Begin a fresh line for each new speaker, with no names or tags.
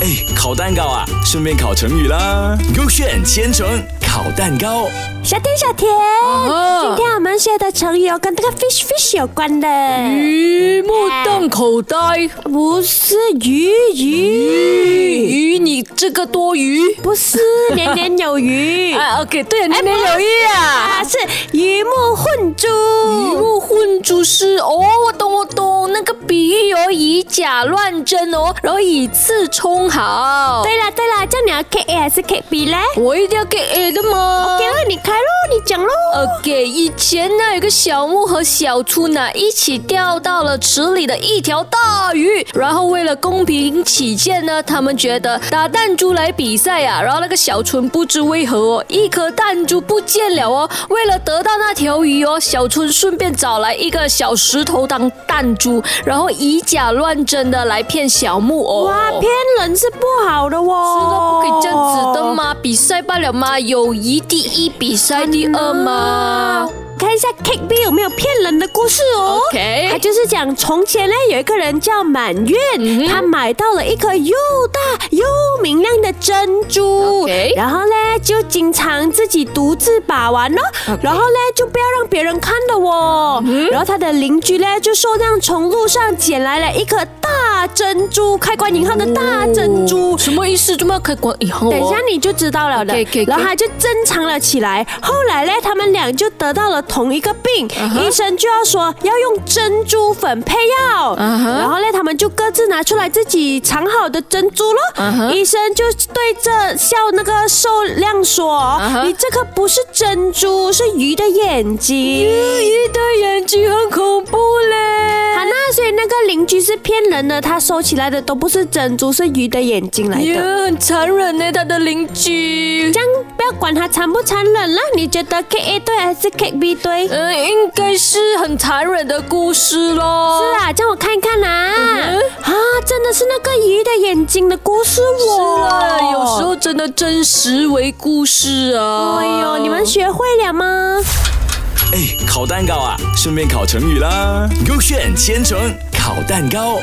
哎，烤蛋糕啊，顺便烤成语啦。勾选千层烤蛋糕，
小甜小甜，
哦
今天我们学的成语哦，跟这个 fish fish 有关的，
鱼目瞪口呆，
不是鱼鱼，
鱼你这个多余
不是年年 有余
啊！OK，对，年年有余啊
啊，。是鱼目混珠。
鱼目混珠是哦，我懂我懂，那个比喻哦，以假乱真哦，然后以次充好。
对啦对啦，叫你要 K A 还是 K B 嘞？
我一定要给 A 的吗
给了你开喽，你讲喽。
OK，以前呢有个小木和小猪呢一起钓到了池里的一条大鱼，然后为了公平起见呢，他们觉得打弹珠来比赛呀、然后那个小春不知为何哦，一颗弹珠不见了哦，为了得到那条鱼哦，小春顺便找来一个小石头当弹珠，然后以假乱真的来骗小木哦。
哇，骗人是不好的哦，
不可以这样子的吗？比赛罢了嘛，友谊第一，比赛第二嘛。
啊看一下 K B 有没有骗人的故事哦。
OK
他就是讲从前呢，有一个人叫满月，
嗯
他买到了一颗又大又明亮的珍珠
OK
然后呢就经常自己独自把玩哦
OK 嗯
然后呢就不要让别人看的哦。然后他的邻居呢就说这样从路上捡来了一颗大珍珠，开关银行的大珍珠。
什么意思？怎么开关以后、哦？
等一下你就知道了的。
OK，OK，OK
然后他就珍藏了起来。后来呢，他们俩就得到了同一个病
Uh-huh
医生就要说要用珍珠粉配药。
嗯哼
然后呢，他们就各自拿出来自己藏好的珍珠咯。
嗯哼
医生就对着笑那个受量说
嗯哼
你这个不是珍珠，是鱼的眼睛。
鱼的眼睛很恐怖嘞。
好，那所以那个邻居是骗人的，他收起来的都不是珍珠，是鱼的眼睛来
也
的。
很残忍呢，他的邻居。
这样不要管他残不残忍啦，你觉得 K A 对还是 K B 对？是
嗯，应该是很残忍的故事咯。
啊，叫我看一看啊！啊，真的是那个鱼的眼睛的故事
是
哦。
啊，有时。候真的真实为故事啊。
哎呦，你们学会了吗？
哎，烤蛋糕啊，顺便烤成语啦。勾选千层烤蛋糕。